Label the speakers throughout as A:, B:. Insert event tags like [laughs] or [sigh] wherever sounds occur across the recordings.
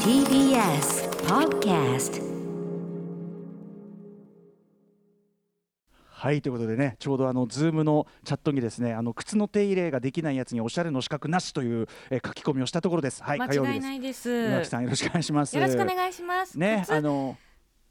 A: TBS Podcast
B: はいということでねちょうどあの Zoom のチャットにですねあの靴の手入れができないやつにおしゃれの資格なしという、えー書き込みをしたところです。はい、火曜
C: 間違
B: 日
C: い
B: です
C: ない
B: 村
C: です。
B: 木さんよろしくお願いします。
C: よろしくお願いします。
B: ね
C: 靴
B: あの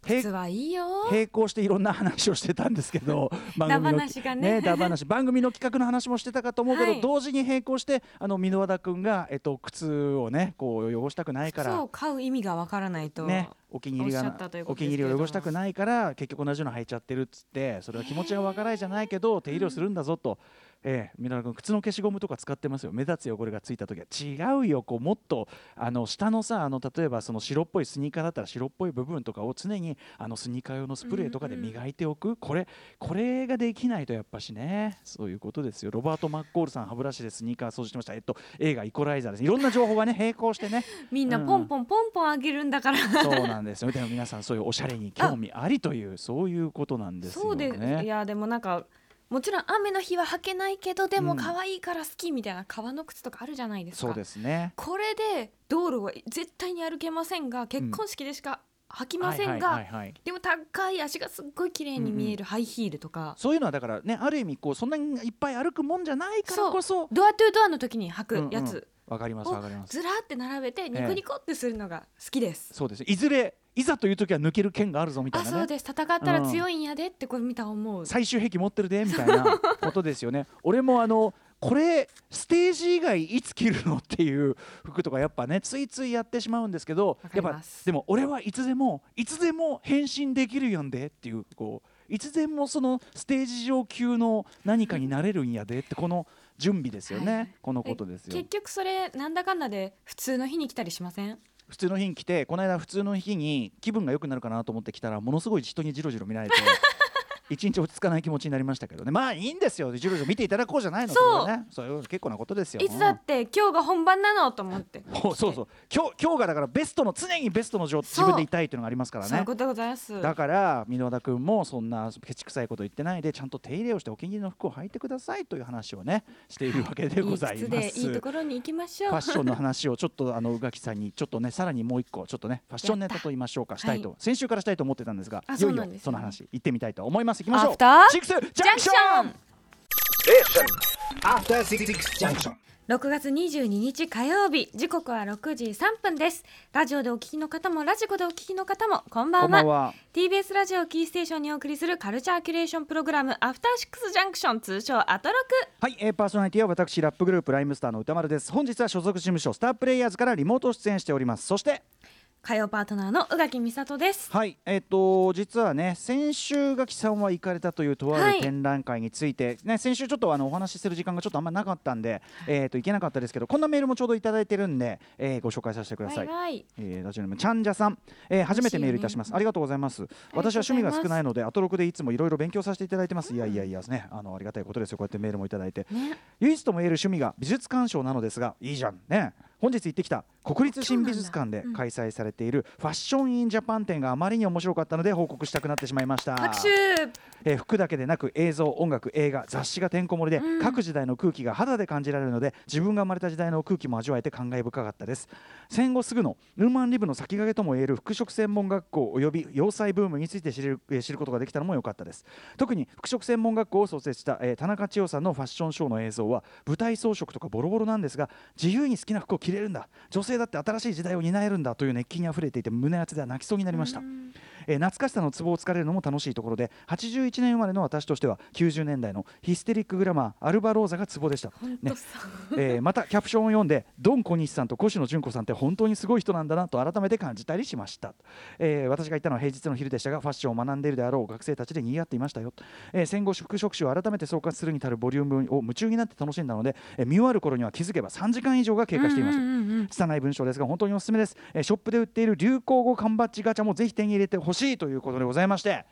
B: へい
C: 靴はいいよ。
B: 並行していろんな話をしてたんですけ
C: [laughs]
B: ど番組の
C: ダバなしがね
B: ダバなし番組の企画の話もしてたかと思うけど、
C: はい
B: 同時に並行してあの箕輪田君が、えっと、靴をねこう汚したくないか
C: 靴
B: ら
C: を。買う意味がわからないと。
B: ね、お気に入り
C: おっし
B: が
C: ゃったという
B: お
C: こ
B: 気
C: とです
B: に
C: けれ
B: 入り
C: ども
B: を汚したくないから結局同じの履いちゃってるっつってそれは気持ちがわからないじゃないけど、手入れをするんだぞと。ええ、みな君靴の消しゴムとか使ってますよ目立つ汚れがついた時は違うよこうもっとあの下のさあの例えばその白っぽいスニーカーだったら白っぽい部分とかを常にあのスニーカー用のスプレーとかで磨いておく、これこれができないとやっぱしねそういうことですよロバート・マッコールさん歯ブラシでスニーカー掃除してましたえっと映画「イコライザー」ですいろんな情報がね並行してね
C: みんなポンポンポンポンあげるんだから。 [laughs]
B: そうなんですよ。でも皆さんそういうおしゃれに興味ありというそういうことなんです
C: そ
B: よ
C: う
B: ね。
C: です。いやでもなんか。もちろん雨の日は履けないけどで
B: う
C: も
B: ん
C: 可愛いから好きみたいな革の靴とかあるじゃないですか、
B: そうですね。
C: これで道路は絶対に歩けませんが結婚式でしか履きませんが、
B: はいはいはいはい
C: でも高い足がすっごい綺麗に見えるハイヒールとか、
B: そういうのはだからねある意味こうそんなにいっぱい歩くもんじゃないからこそ。
C: ドアトゥドアの時に履
B: うんう
C: く
B: ん
C: やつ、
B: わかります
C: を
B: わかります。
C: ずらーって並べてニコニコってするのが好きです。
B: そうです。いずれいざという時は抜ける剣があるぞみたい
C: あ、
B: なね。
C: そうです。戦ったら強いんやでってこれ見たら思う。
B: 最終兵器持ってるでみたい
C: [laughs]
B: なことですよね。俺もあのこれステージ以外いつ着るのっていう服とかやっぱねついついやってしまうんですけど
C: わか
B: や
C: り
B: っぱ
C: ます
B: でも俺はいつでもいつでも変身できるやんでっていうこういつでもそのステージ上級の何かになれるんやでってこの準備ですよね、
C: はい
B: このことですよ
C: 結。局それなんだかんだで普通の日に来たりしません。
B: 普通の日に来てこの間普通の日に気分が良くなるかなと思って来たらものすごい人にジロジロ見られ
C: [laughs]
B: て一日落ち着かない気持ちになりましたけどねまあいいんですよジロジロ見ていただこうじゃないの
C: そう
B: れはねそういう結構なことですよ
C: いつだって今日が本番なのと思って。
B: うんもうそうそう今日今日がだからベストの常にベストの状態
C: そ
B: 自
C: う
B: 分でいたいというのがありますから
C: そういう
B: ね
C: ことでございます。
B: だから箕輪田君もそんなケチくさいこと言ってないでちゃんと手入れをしてお気に入りの服を履いてくださいという話をねしているわけで
C: い
B: ご
C: い
B: ざい
C: 靴
B: ま。
C: ですいいところに行きましょう。
B: ファッションの話をちょっとあの宇垣さんにちょっとねさらにもう一個ちょっとねファッションネタと言いましょうかしたいと、
C: は
B: 先週からしたいと思ってたんですが
C: あ
B: いよい
C: そうな
B: よ
C: んですね
B: その話行ってみたいと思いますいきましょう
C: アフター
B: シックスジ
C: ジ
B: ャ
C: ャ
B: ン
C: ン
B: クシ
C: ク
D: After Six
B: ョン
C: ション
D: Junction.
C: 6月22日火曜日時刻は6時3分ですラジオでお聞きの方もラジコでお聞きの方もこんばんは
B: こんばんは
C: TBS ラジオキーステーションにお送りするカルチャーキュレーションプログラムアフターシックスジャンクション通称アトロク
B: はい、えー、パーソナリティは私ラップグループライムスターの歌丸です本日は所属事務所スタープレイヤーズからリモート出演しておりますそして
C: 火曜パートナーの宇垣美里です
B: はい、えっ、と実はね先週が木さんは行かれたというとあ
C: は
B: る
C: い
B: 展覧会について、ね先週ちょっとあのお話しする時間がちょっとあんまなかったんで、えっ、と行けなかったですけどこんなメールもちょうどいただいてるんで、えーご紹介させてくだ
C: バ
B: さ
C: イ
B: い。
C: バイ
B: えーラジオネームちゃんじゃさん、えー初めてメールいたしますありがとうございます
C: りがとうご
B: 私
C: ざ
B: は
C: います
B: 趣味が少ないのでアトロクでいつもいろいろ勉強させていただいてます、いやいやいやですねあのありがたいことですよこうやってメールもいただいて、
C: ね
B: 唯一とも言える趣味が美術鑑賞なのですがいいじゃんね本日行ってきた国立新美術館で開催されているファッション・イン・ジャパン展があまりに面白かったので報告したくなってしまいました
C: 拍手
B: えー服だけでなく映像音楽映画雑誌がてんこ盛りで、
C: うん
B: 各時代の空気が肌で感じられるので自分が生まれた時代の空気も味わえて感慨深かったです戦後すぐのルーマンリブの先駆けともいえる服飾専門学校および洋裁ブームについて知れるえー知ることができたのも良かったです特に服飾専門学校を創設した、えー田中千代さんのファッションショーの映像は舞台装飾とかボロボロなんですが自由に好きな服を着れるんだ女性だって新しい時代を担えるんだという熱気にあふれていて胸熱では泣きそうになりました、えー懐かしさのツボをつかれるのも楽しいところで81年生まれの私としては90年代のヒステリックグラマーアルバローザがツボでした、
C: 本
B: ね
C: 当さ、 [laughs]
B: えーまたキャプションを読んでドン小西さんと越野純子さんって本当にすごい人なんだなと改めて感じたりしました、えー私が行ったのは平日の昼でしたがファッションを学んでいるであろう学生たちで賑わっていましたよ、えー戦後復職種を改めて総括するに足るボリュームを夢中になって楽しんだので、えー見終わる頃には気づけば3時間以上が経過していました、
C: うんうんうんうん
B: 拙い文章ですが本当におすすめです、えーショップで売っている流行語缶バッジガチャもぜひ手に入れてほしいということでございまして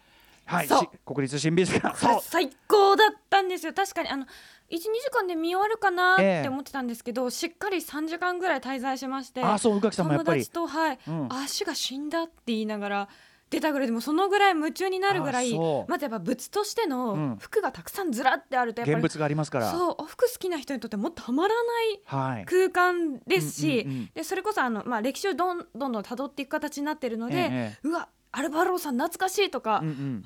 B: はい
C: そう
B: し国立新美術館そう
C: 最高だったんですよ確かにあの12時間で見終わるかな
B: ええ
C: って思ってたんですけど、しっかり3時間ぐらい滞在しまして
B: あそう宇垣さんもやっ
C: 友
B: ぱり
C: 達とはい、
B: うん
C: 足が死んだって言いながら出たぐらいでもそのぐらい夢中になるぐらい
B: あそう
C: まずやっぱ物として
B: う
C: の
B: ん
C: 服がたくさんずらってあるとやっ
B: 現
C: ぱり、
B: 物がありますから
C: そうお服好きな人にとってもっとはまらない
B: はい
C: 空間ですし、
B: うんうんうん
C: でそれこそあの、まあ、歴史をどんどんどん辿っていく形になってるので、
B: ええ
C: うわアルバローさん懐かしいとか、
B: うんうん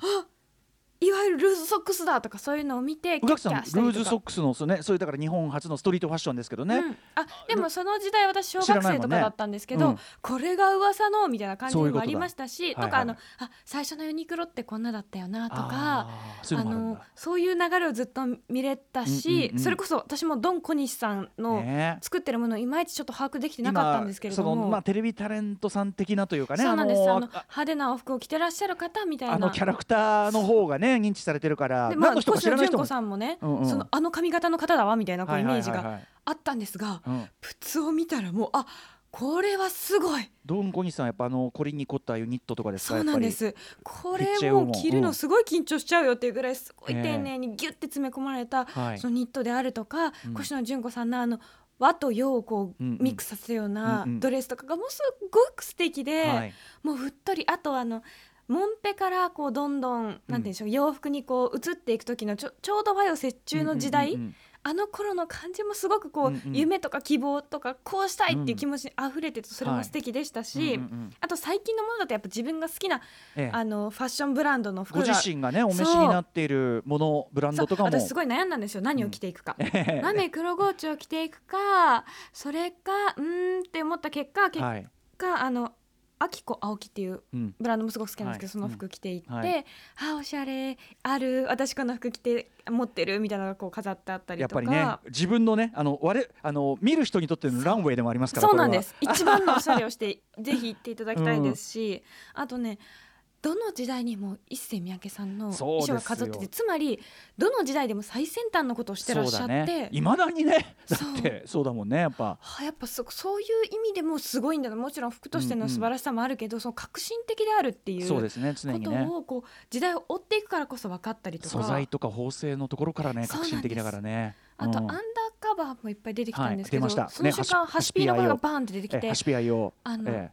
C: いわゆるルーズソックスだとかそういうのを見て
B: 宇垣さん
C: キ
B: ル
C: ャッキャしたり
B: ーズ
C: とか
B: ソックスのそうねそういうだから日本初のストリートファッションですけどね、
C: うん、あでもその時代私小
B: 知ら
C: 学
B: ない
C: 生
B: も
C: と
B: んね
C: かだったんですけど、
B: うん
C: これが噂のみたいな感じ
B: そうい
C: に
B: うこ
C: も
B: と
C: あ
B: だ
C: りましたし
B: はいはい
C: とかあの、あ最初のユニクロってこんなだったよなとか。
B: あーそういう
C: あ
B: のもあるん
C: の
B: だ
C: そういう流れをずっと見れたし、
B: うんうんうん
C: それこそ私もドン小西さんの
B: ね
C: 作ってるものをいまいちちょっと把握できてなかったんですけれども、
B: 今そのまあテレビタレントさん的なというかね
C: そうなんです
B: あ
C: あの
B: のあ
C: 派手なお服を着てらっしゃる方みたいな
B: あのキャラクターの方がね認知されてるから
C: で、ま
B: 何
C: あ、
B: の人か知
C: 星
B: ら
C: 野
B: ない
C: 純
B: 人
C: 子
B: も
C: さんもね、
B: うんうん
C: そのあの髪型の方だわみたいなこう
B: は
C: イ
B: い
C: メ
B: はい
C: ージ
B: はい
C: が
B: はい
C: あったんですが、
B: うん
C: 仏を見たらもうあこれはすごい
B: ドン・コニさんはやっぱあのコリンに凝ったユニットとかですか
C: そうなんで
B: やっ
C: すこ
B: ピッチ
C: れ
B: ェ
C: も
B: オ
C: う
B: も
C: 着る
B: う
C: の
B: ん
C: すごい緊張しちゃうよっていうぐらいすごい
B: ええ
C: 丁寧にギュッて詰め込まれた、
B: ぱりはい
C: そのニットであるとか、
B: うん
C: 越野純子さんのあの和と洋をこう
B: うんうん
C: ミックスさせるような
B: うんうん
C: ドレスとかがもうすごく素敵で、
B: はい
C: もうふっとりあとあのもんぺからこうどんどんなんて言うんでしょう、洋服にこう移っていく時のちょちょうど和洋折衷の時
B: う
C: 代、
B: んうんうん
C: あの頃の感じもすごくこう、
B: うんうん
C: 夢とか希望とかこうしたいっていう気持ちにあふれててそれも素敵でしたし、
B: うんうんうん
C: あと最近のものだとやっぱ自分が好きな
B: ええ
C: あのファッションブランドの服
B: ご
C: が
B: 自身がねお召しになっているものブラン
C: そ
B: ド
C: う
B: とかも
C: 私すごい悩んだんですよ何を着ていくか。
B: [laughs] ええ
C: なんで黒ゴーチを着ていくかそれかうーんって思った結果結
B: はい
C: 果、あのアキコ青木っていう
B: うん
C: ブランドもすごく好きなんですけど、
B: はい
C: その服着ていって、
B: うんはい
C: あおしゃれある私この服着て持ってるみたいなのがこう飾ってあったり
B: やっ
C: と
B: ぱ
C: か
B: りね自分のねあの我々あの見る人にとってのランウェイでもありますから
C: そうなん
B: これ
C: で
B: は [laughs]
C: す一番のおしゃれをしてぜひ行っていただきたいですし、あとねどの時代にも一世三宅さんの
B: そうです
C: 衣装
B: よ
C: が飾っててつまりどの時代でも最先端のことをしてらっしゃ
B: そ
C: っ
B: う
C: て、
B: だねいまだにねだ
C: そう
B: ってそうだもんねやっぱ
C: はあやっぱそそういう意味でもすごいんだなもちろん服として
B: うんう
C: の
B: ん
C: 素晴らしさもあるけど、その革新的であるっていう
B: そう
C: こ
B: ですね常に
C: と
B: ね
C: をこう時代を追っていくからこそ分かったりとか
B: 素材とか縫製のところからね
C: そう
B: 革
C: なんです
B: 新的だからね
C: あとア
B: う
C: ン
B: ん
C: ダーカバーもいっぱい出てきたんですけど、
B: はい出ました
C: その瞬間、
B: ね
C: ハシピーの声がバーンって出てき
B: え
C: て
B: ハシピアイを
C: あの、
B: え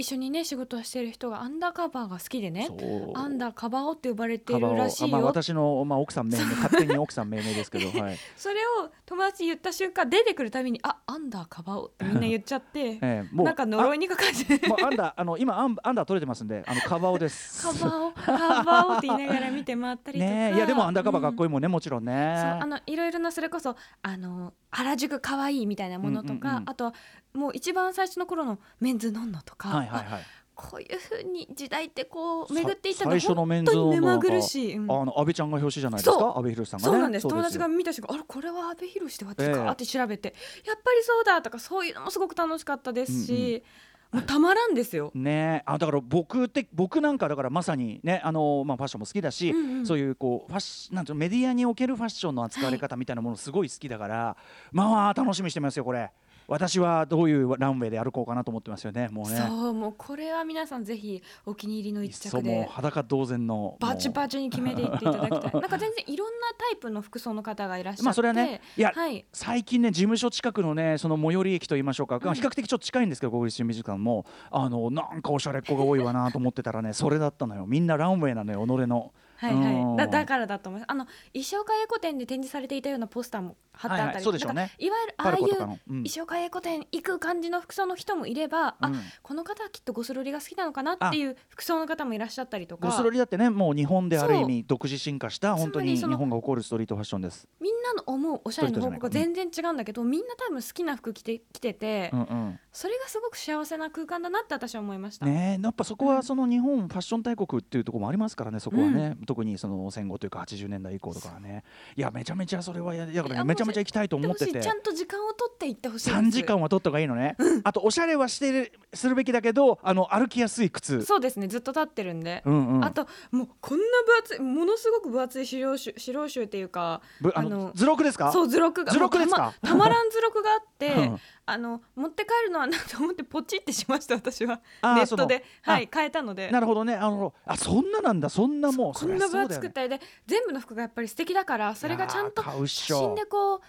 C: 一緒にね仕事をしてる人がアンダーカバーが好きで
B: え
C: ね
B: そう
C: アンダーカバーオって呼ばれて
B: カバー
C: る
B: を
C: らしい
B: あまあ
C: よ、
B: 私のまあ奥さん命名勝手に奥さん命名ですけどはい
C: それを友達に言った瞬間出てくるたびにあアンダーカバーオってみんな言っちゃって
B: [laughs] ええもう
C: なんか呪いにかかって
B: あもうアンダーあの今アンアンダー取れてますんであのカバーをで
C: [laughs]
B: す
C: カバーオカバーオって言いながら見て回ったりとか、
B: ねえいやでもアンダーカバーかっ
C: いい、
B: こいいもんね、もちろんね
C: そうあのいろいろなそれこそあの原宿かわいいみたいなものとか、
B: うんうんうん
C: あとはもう一番最初の頃のメンズノンノとか、
B: はいはいはい
C: こういうふうに時代ってこう
B: さ
C: 巡っていったの
B: 最初のメ
C: 本
B: ンズ
C: 当に
B: の
C: 目まぐ
B: なん
C: る
B: か
C: しい、うん
B: あの安倍ちゃんが表紙じゃないです
C: そ
B: か安倍博さんがね
C: そうなんです友
B: よ
C: 達が見た瞬間あれこれは阿部寛で私
B: ええ
C: かって調べて、やっぱりそうだとかそういうのもすごく楽しかったですし、もうたまらんですよ。
B: ねえあだから僕て僕なんかだからまさにねあの、まあ、ファッションも好きだし、
C: うんうん
B: そういうこうファッシなんていうのメディアにおけるファッションの扱われ方みたいなものすごい好きだから、まあまあ楽しみにしてますよこれ私はどういうランウェイで歩こうかなと思ってますよねもうね
C: そうもうこれは皆さんぜひお気に入りの
B: いっ
C: 一
B: そ
C: 着
B: も
C: で
B: う裸同然の
C: バチ
B: チ
C: バチに決めていっていただきたいなんか全然いろんなタイプの服装の方がいらっしゃって、
B: まあそれはねいや
C: はい、
B: 最近ね事務所近くのねその最寄り駅といいましょうか、
C: うん
B: 比較的ちょっと近いんですけど国立新美術館もあのなんかおしゃれっ子が多いわなと思ってたらねそれだったのよみんなランウェイなのよ己の。
C: はい
B: うん
C: はい、だだからだと思いますあの衣装家英子展で展示されていたようなポスターも貼ってあ
B: はい
C: った
B: はい
C: り
B: そ
C: と
B: うでしょ
C: か
B: うね
C: いわゆるあ
B: パ
C: あ
B: ル
C: いう
B: コとか
C: 衣
B: の、うん
C: 装家英子展行く感じの服装の人もいれば、
B: う
C: あ
B: ん
C: この方はきっとゴスロリが好きなのかなっていう服装の方もいらっしゃったりとか
B: ゴスロリだってねもう日本である
C: そう
B: 意味独自進化した本当に
C: つ
B: 日
C: まりその
B: 本が誇るストリートファッションです。
C: みんなの思うおしゃれの方向が
B: ストレー
C: 全然違うんだけど、みんな多分好きな服着て着てて、
B: うんうん、
C: それがすごく幸せな空間だなって私は思いました。
B: ねえやっぱそこはその日本ファッション大国っていうところもありますからねそこはね、特にその戦後というか80年代以降とかはねいやめちゃめちゃそれはやだから
C: いや
B: ねめちゃめちゃ行きたいと
C: で
B: 思
C: も
B: って
C: してちゃんと時間を取って行ってほしいです
B: 3時間は取った方がいいのね、あとおしゃれはしてるするべきだけどあの歩きやすい靴。
C: そうですねずっと立ってるんで、
B: うんうん、
C: あともうこんな分厚いものすごく分厚い資料集資料集っていうか
B: ぶあ
C: あの
B: の図録ですか
C: そう図録が
B: 図録ですか
C: もう
B: [laughs]
C: たまたまらん図録があって、
B: うん
C: あの持って帰るのはなと思ってポチってしました私は
B: あー
C: ネットで
B: その
C: はい変えたので
B: なるほどねあのあそんななんだそんなもう
C: こんな分
B: そりゃ
C: 厚
B: そうだよ
C: く
B: ね
C: て、で全部の服がやっぱり素敵だからそれがちゃんと
B: いやー買うっし
C: 写
B: ょ
C: 真でこう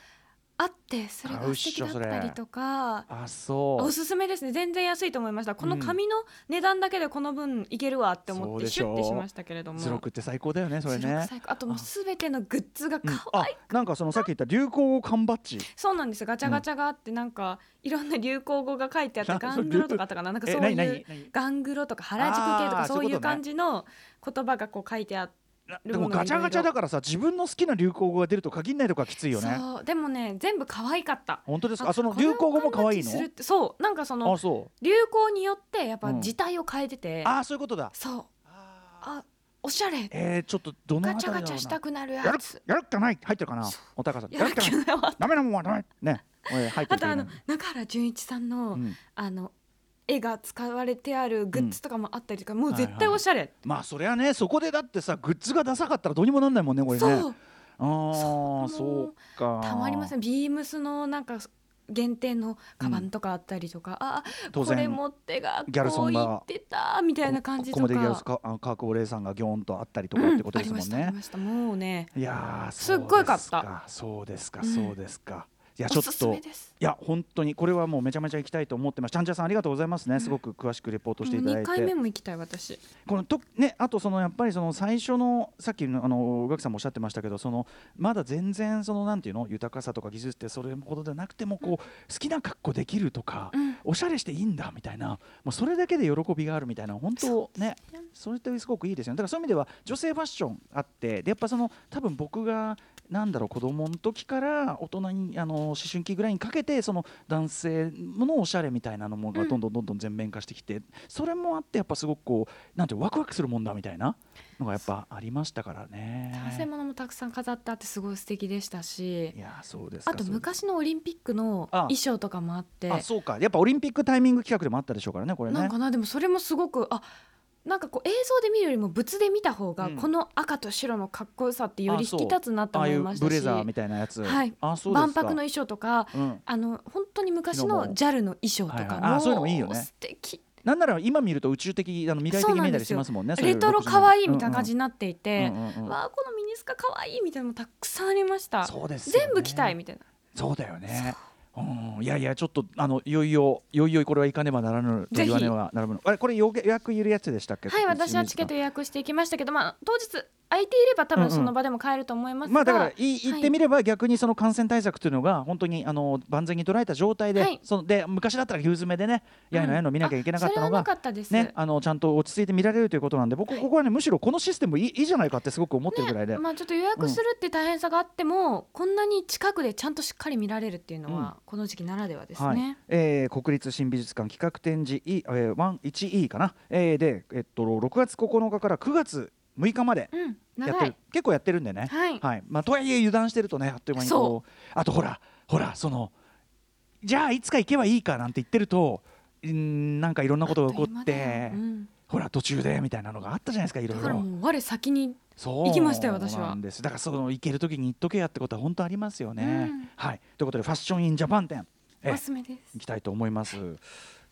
C: あってそれが素敵だったりとか
B: あそう
C: おすすめですね全然安いと思いましたこ
B: う
C: の
B: ん
C: 紙の値段だけでこの分いけるわって
B: そ
C: 思っ
B: う
C: て
B: でし
C: シュ
B: ょう
C: ッてしましたけれども
B: ズロクって最高だよねそれ
C: ズロク
B: ね
C: 最高あともうすべてのグッズが
B: うん
C: か
B: あなんかそのさっき言った流行語缶バッジ
C: そうなんですガチャガチャがあってなんかいろんな流行語が書いて
B: [laughs]
C: あって
B: な
C: ガングロとかあったかななんかそう
B: 何
C: いう
B: 何何
C: ガングロとか原宿系と
B: あー
C: かそう
B: そういう
C: い
B: こと
C: う
B: ね
C: 感じの言葉がこう書いてあって
B: なでもガチャガチャだからさ自分の好きな流行語が出ると限らないとこがきついよね
C: そうでもね全部可愛かった
B: 本当ですか
C: あ
B: あその
C: これを
B: 流行語も可愛い
C: 缶バッジするっ
B: の
C: てそうなんかその
B: あそう
C: 流行によってやっ
B: う
C: ぱ
B: ん
C: 字体を変えてて、
B: あそういうことだ
C: そう
B: あ
C: あおしゃれ
B: えー、ちょっとどの
C: ガ
B: あ
C: チ
B: た
C: ャ
B: りだ
C: ガ
B: ろ
C: チャし
B: う
C: た
B: な
C: くなる
B: や
C: や
B: る
C: つ
B: やるっかない入ってるかな
C: そ
B: お高さん
C: や
B: やる
C: る
B: っかない
C: 気ないわ
B: ダメなもんはダメねえー入って
C: あ
B: ると
C: と
B: いい
C: あ
B: のに
C: の中原純一さんの、
B: うん
C: あの絵が使われてあるグッズとかもあったりとか、もう絶
B: はい
C: 対
B: はい
C: おしゃれ、
B: まあそりゃねそこでだってさグッズがダサかったらどうにもなんないもんねこれね
C: そう
B: ああ
C: そう
B: そうか
C: たまりませんビームスのなんか限定のカバンとかあったりとか、あ
B: 当
C: これ
B: 然
C: 持ってが
B: ギャルソ
C: こ
B: ン
C: う
B: が
C: 行ってたみたいな感じと
B: ここ
C: か
B: までギャルスかあのカークオレイさんがギョーンとあったりとかってことですもん
C: うんあ
B: ね
C: り、ましたありましたもうね
B: いやー
C: すっごい買っ
B: そうです
C: た
B: かそうですか
C: うん
B: そうですか、いやちょ
C: お
B: っと
C: すすめです
B: いや本当にこれはもうめちゃめちゃ行きたいと思ってます。ちゃんちゃんさんありがとうございますね。すごく詳しくレポートしていただ
C: 2
B: い
C: 回目
B: て、
C: も行きたい私
B: このとねあとそのやっぱりその最初のさっきのあの宇垣さんもおっしゃってましたけど、そのまだ全然そのなんていうの豊かさとか技術ってそれほどじゃなくてもこう、好きな格好できるとか、
C: うん
B: おしゃれしていいんだみたいな、もうそれだけで喜びがあるみたいな本当ね
C: そうですね
B: それってすごくいいですよねだからそういう意味では女性ファッションあってでやっぱその多分僕がなんだろう子供の時から大人にあの思春期ぐらいにかけてその男性のおしゃれみたいなのもが
C: うん
B: どんどんどんどん全面化してきて、それもあってやっぱすごくこうなんていうのワクワクするもんだみたいなのがやっぱありましたから
C: 探せ
B: ね。
C: 物もたくさん飾ってあってすごい素敵でしたし
B: いやそうですか
C: あと
B: そうです
C: 昔のオリンピックの
B: あ
C: 衣装とかもあって
B: あそうかやっぱオリンピックタイミング企画でもあったでしょうからねこれ
C: なん
B: ね
C: か。なでもそれもすごくあなんかこう映像で見るよりも物で見た方が
B: うん
C: この赤と白のかっこよさってより
B: あそ
C: 引
B: う
C: き立つなと
B: ああ
C: 思
B: い
C: いうました
B: ブ
C: し
B: レザーみたいなやつ。
C: はい
B: あそうですか
C: 万博の衣装とか
B: うん
C: あの本当に昔
B: のも
C: の JAL の衣装と
B: はい
C: か
B: はいあ
C: も
B: そういうのもいいよね
C: 素敵
B: なんなら今見ると宇宙的あの未来
C: そ
B: 的
C: う
B: に
C: な
B: 見えた
C: んで
B: り
C: す
B: し
C: よ
B: ますもんね。そういう
C: レトロ
B: 60
C: 可愛いみたいな感じになっていて
B: うんうんうんうん
C: わあこのミニスカ可愛いみたいなのもたくさんありました
B: そうですよね
C: 全部着たいみたいな
B: そうだよね。うん、いやいやちょっとあのいよいよいよいよこれはいかねばならぬと
C: ぜひ
B: 言わねばならぬあれこれ予約いるやつでしたっけ
C: はい私はチケット
B: い
C: 予約していきましたけどまあ当日空いていれば多分その場でも買えると思いますが
B: まあだからい言ってみれば逆にその感染対策というのが本当にあの万全に捉えた状態で、
C: はい
B: そので昔だったら牛詰めでねやいのやいの見なきゃいけなかったの
C: うんあそれは
B: が
C: なかったです
B: ねあのちゃんと落ち着いて見られるということなんで僕ここはねむしろこのシステムいいいいじゃないかってすごく思ってるぐらいで、
C: まあ、ちょっと予約するって大変さがあっても、こんなに近くでちゃんとしっかり見られるっていうのは、この時期ならではです
B: はい
C: ね。
B: えー国立新美術館企画展示 E、えー、1E かな、えーで、えっと、6月9日から9月6日まで
C: うん、
B: やっ
C: 長
B: て
C: い
B: る。結構やってるんでね、
C: はい。
B: まあ、とはいえ油断してるとねあっという間にこうあとほらほらそのじゃあいつか行けばいいかなんて言ってるとうーんなんかいろんなことが起こ
C: あ
B: っ
C: っという間だ
B: て
C: ようん
B: ほら途中でみたいなのがあったじゃないですかいろ
C: だ
B: い
C: から
B: ろ。
C: もう我先に。
B: そう
C: 行きましたよ私は
B: なんですだからその行ける時に行っとけやってことは本当ありますよね。
C: うん
B: はいということでファッション・イン・ジャパン展。え
C: おすすめです。
B: いきたいと思います。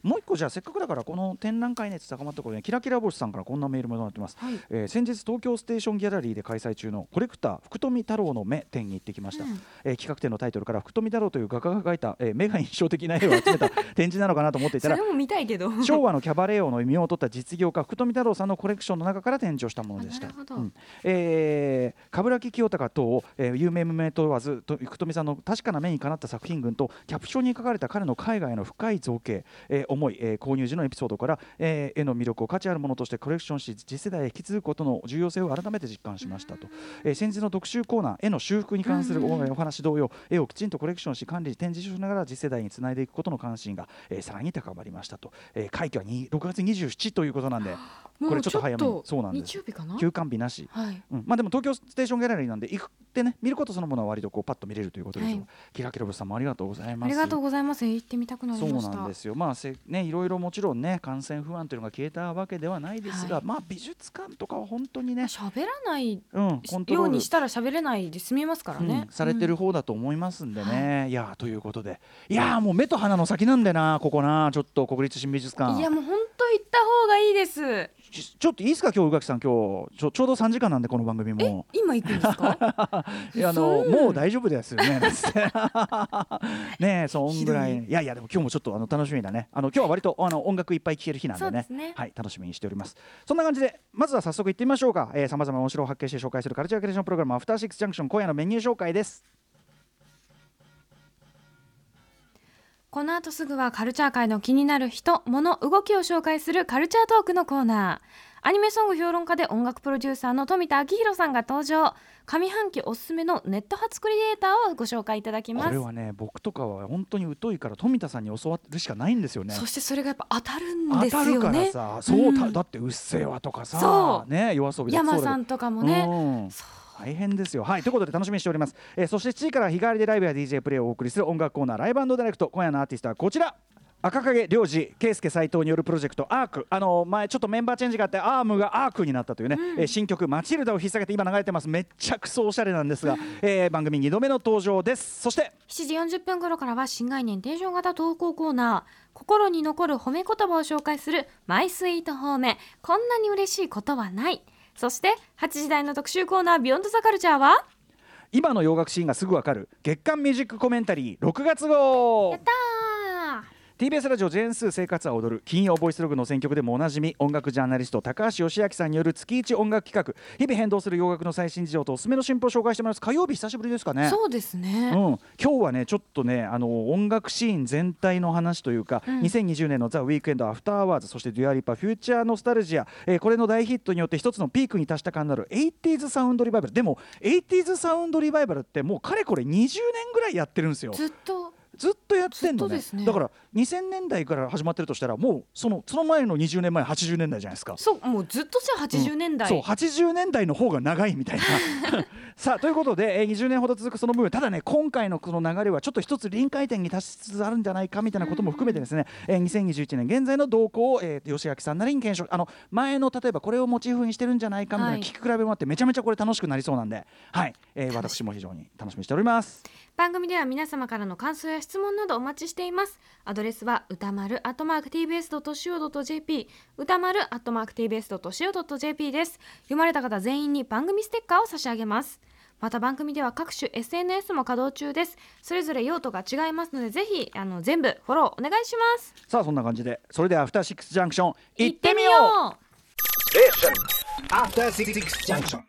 B: もう一個じゃあせっかくだからこの展覧会熱高まったことでキラキラ星さんからこんなメールもらってます、
C: はい。
B: えー先日東京ステーションギャラリーで開催中のコレクター福富太郎の目展に行ってきました、
C: うん
B: えー企画展のタイトルから福富太郎という画家が描いた、えー目が印象的な絵を集めた展示なのかなと思っていた
C: [laughs] そ
B: ら
C: れも見たいけど。
B: 昭和のキャバレー王の異名を取った実業家福富太郎さんのコレクションの中から展示をしたものでした
C: あなるほど
B: うんえー冠城清隆等、えー有名無名問わずと福富さんの確かな目にかなった作品群とキャプションに書かれた彼の海外の深い造形、えー思い、えー購入時のエピソードから、えー絵の魅力を価値あるものとしてコレクションし次世代へ引き継ぐことの重要性を改めて実感しましたと、えー先日の特集コーナー絵の修復に関するおお話同様絵をきちんとコレクションし管理展示しながら次世代につないでいくことの関心が、えーさらに高まりましたと、えー会期はに6月27ということなんで
C: もう
B: これちょっと早めに
C: ちょっと
B: そうなんです
C: 日曜日かな。
B: 休館日なし
C: はい。
B: うん、まあでも東京ステーションギャラリーなんで行ってね見ることそのものは割とこうパッと見れるということでしょう、
C: はい
B: キラキラブさんもありがとうございます
C: ありがとうございます。行ってみたくなり
B: そう
C: ました。
B: なんですよまあせねいろいろもちろんね感染不安というのが消えたわけではないですが、
C: はい
B: まあ美術館とかは本当にね
C: 喋らない
B: うんコント
C: よ
B: ロ
C: う
B: ール
C: にしたら喋れないで済みますからね。
B: うんされてる方だと思いますんでね、いやーということでいやーもう目と鼻の先なんでなここなちょっと国立新美術
C: うん。
B: 館
C: いやもう本当行った方がいいです。
B: ちょっといいですか今日宇垣さん今日ちょちょうど3時間なんでこの番組
C: え
B: も。、
C: 今行くんですか？
B: いやあの
C: そう
B: もう大丈夫ですよ
C: [laughs]
B: ね。なんつってねえそんぐらい
C: ひど
B: いやいやでも今日もちょっとあの楽しみだね。あの今日は割とあの音楽いっぱい聴ける日なんで
C: そうで
B: ね
C: す。ね。
B: はい、楽しみにしております。そんな感じで、まずは早速行ってみましょうか。えー、様々な面白を発見して紹介するカルチャーキュレーションプログラム、アフターシックスジャンクション、今夜のメニュー紹介です。
C: この後すぐはカルチャー界の気になる人、物、動きを紹介するカルチャートークのコーナー。アニメソング評論家で音楽プロデューサーの富田明宏さんが登場。上半期おすすめのネット発クリエイターをご紹介いただきま
B: これ
C: す。
B: はね、僕とかは本当に疎いから、富田さんに教わるしかないんですよね。
C: そしてそれがやっぱ当たるん
B: 当
C: です
B: たる
C: よ
B: から
C: ね。
B: さ、そう
C: う
B: た
C: ん
B: だってうっせぇわとかさ
C: そ、
B: ね、夜遊びだって
C: 山
B: そうだけど
C: さんとかもね。
B: うん大変ですよ。はいということで楽しみにしております。えーそして7時から日替わりでライブや DJ プレイをお送りする音楽コーナーライブダイレクト今夜のアーティストはこちら。赤影良二圭介斎藤によるプロジェクトアークあの前ちょっとメンバーチェンジがあってアームがアークになったというね、えー新曲「マチルダ」を引っ提げて今流れてますめっちゃくそおしゃれなんですが、えー番組2度目の登場ですそして
C: 7時40分頃からは新概念テンション型投稿コーナー心に残る褒め言葉を紹介する「マイスイート褒めこんなに嬉しいことはない」そして8時台の特集コーナー「ビヨンドザカルチャーは
B: 今の洋楽シーンがすぐわかる月刊ミュージックコメンタリー6月号
C: やったー
B: TBS ラジオ全数生活は踊る金曜ボイスログの選曲でもおなじみ音楽ジャーナリスト高橋義明さんによる月一音楽企画日々変動する洋楽の最新事情とおすすめの新譜を紹介してもらいます火曜日久しぶりですかね
C: そうです
B: う
C: ね、
B: ん、今日はねちょっとねあの音楽シーン全体の話というか、
C: うん
B: 2020年の「ザ・ウィークエンド・アフター・アワーズ」そして「デュア・リパ・フューチャー・ノスタルジア」えーこれの大ヒットによって一つのピークに達した感のある 80s サウンドリバイバルでも 80s サウンドリバイバルってもうかれこれ20年ぐらいやってるんですよ。
C: ずっと
B: ずっとやってんの
C: ずっと
B: ね
C: ですね
B: だから2000年代から始まってるとしたらもうそのその前の20年前80年代じゃないですか。
C: そうもうずっとじゃあ80年代、
B: そう80年代の方が長いみたい
C: [laughs]
B: な。さあということで、えー20年ほど続くその部分ただね今回のこの流れはちょっと一つ臨界点に達しつつあるんじゃないかみたいなことも含めてですね、えー2021年現在の動向を、えー吉明さんなりに検証あの前の例えばこれをモチーフにしてるんじゃないかみたいな
C: はい
B: 聞き比べもあってめちゃめちゃこれ楽しくなりそうなんで、はいえー
C: 楽し
B: 私も非常に楽しみにしております。
C: 番組では皆様からの感想や質問などお待ちしていますアドレスは歌丸 atmarktbs.co.jp 歌丸 atmarktbs.co.jp です読まれた方全員に番組ステッカーを差し上げますまた番組では各種 SNS も稼働中ですそれぞれ用途が違いますのでぜひあの全部フォローお願いします
B: さあそんな感じでそれではアフターシックスジャンクション行ってみよう
C: 行っ
A: After Six Junction.